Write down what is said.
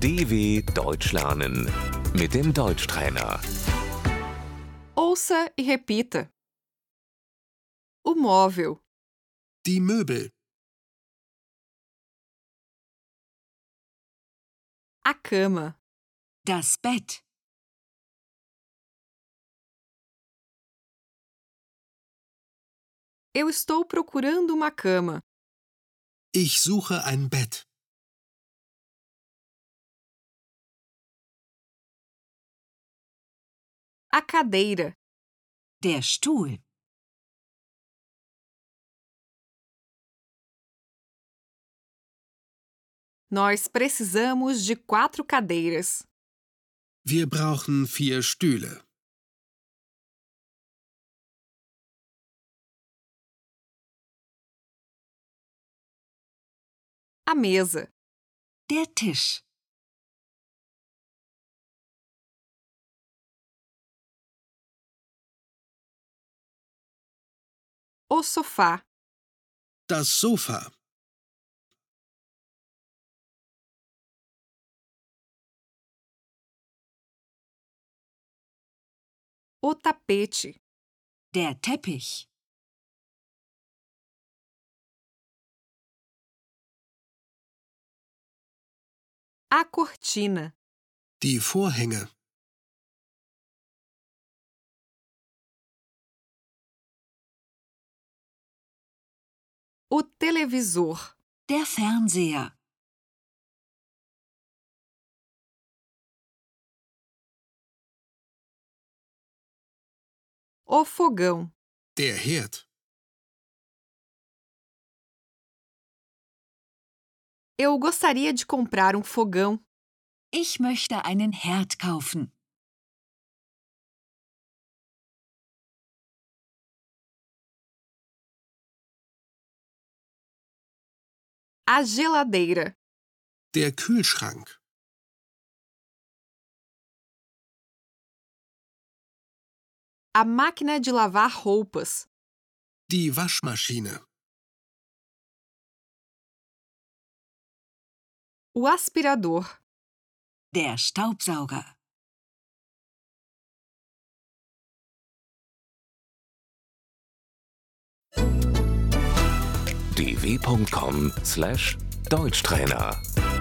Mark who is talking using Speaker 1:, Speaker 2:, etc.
Speaker 1: DW Deutsch lernen mit dem Deutschtrainer.
Speaker 2: Ouça e repita. O móvel,
Speaker 3: Die Möbel,
Speaker 2: a cama,
Speaker 4: Das Bett,
Speaker 2: eu estou procurando uma cama,
Speaker 3: ich suche ein Bett,
Speaker 2: a cadeira,
Speaker 4: der Stuhl,
Speaker 2: nós precisamos de quatro cadeiras,
Speaker 3: wir brauchen vier Stühle,
Speaker 2: a mesa,
Speaker 4: der Tisch,
Speaker 2: o sofá,
Speaker 3: das Sofa,
Speaker 2: o tapete,
Speaker 4: der Teppich,
Speaker 2: a cortina,
Speaker 3: die Vorhänge,
Speaker 2: o televisor,
Speaker 4: der Fernseher,
Speaker 2: o fogão,
Speaker 3: der Herd,
Speaker 2: eu gostaria de comprar um fogão,
Speaker 4: ich möchte einen Herd kaufen,
Speaker 2: a geladeira,
Speaker 3: der Kühlschrank,
Speaker 2: a máquina de lavar roupas,
Speaker 3: die Waschmaschine,
Speaker 2: o aspirador,
Speaker 4: der Staubsauger.
Speaker 1: dw.com/deutschtrainer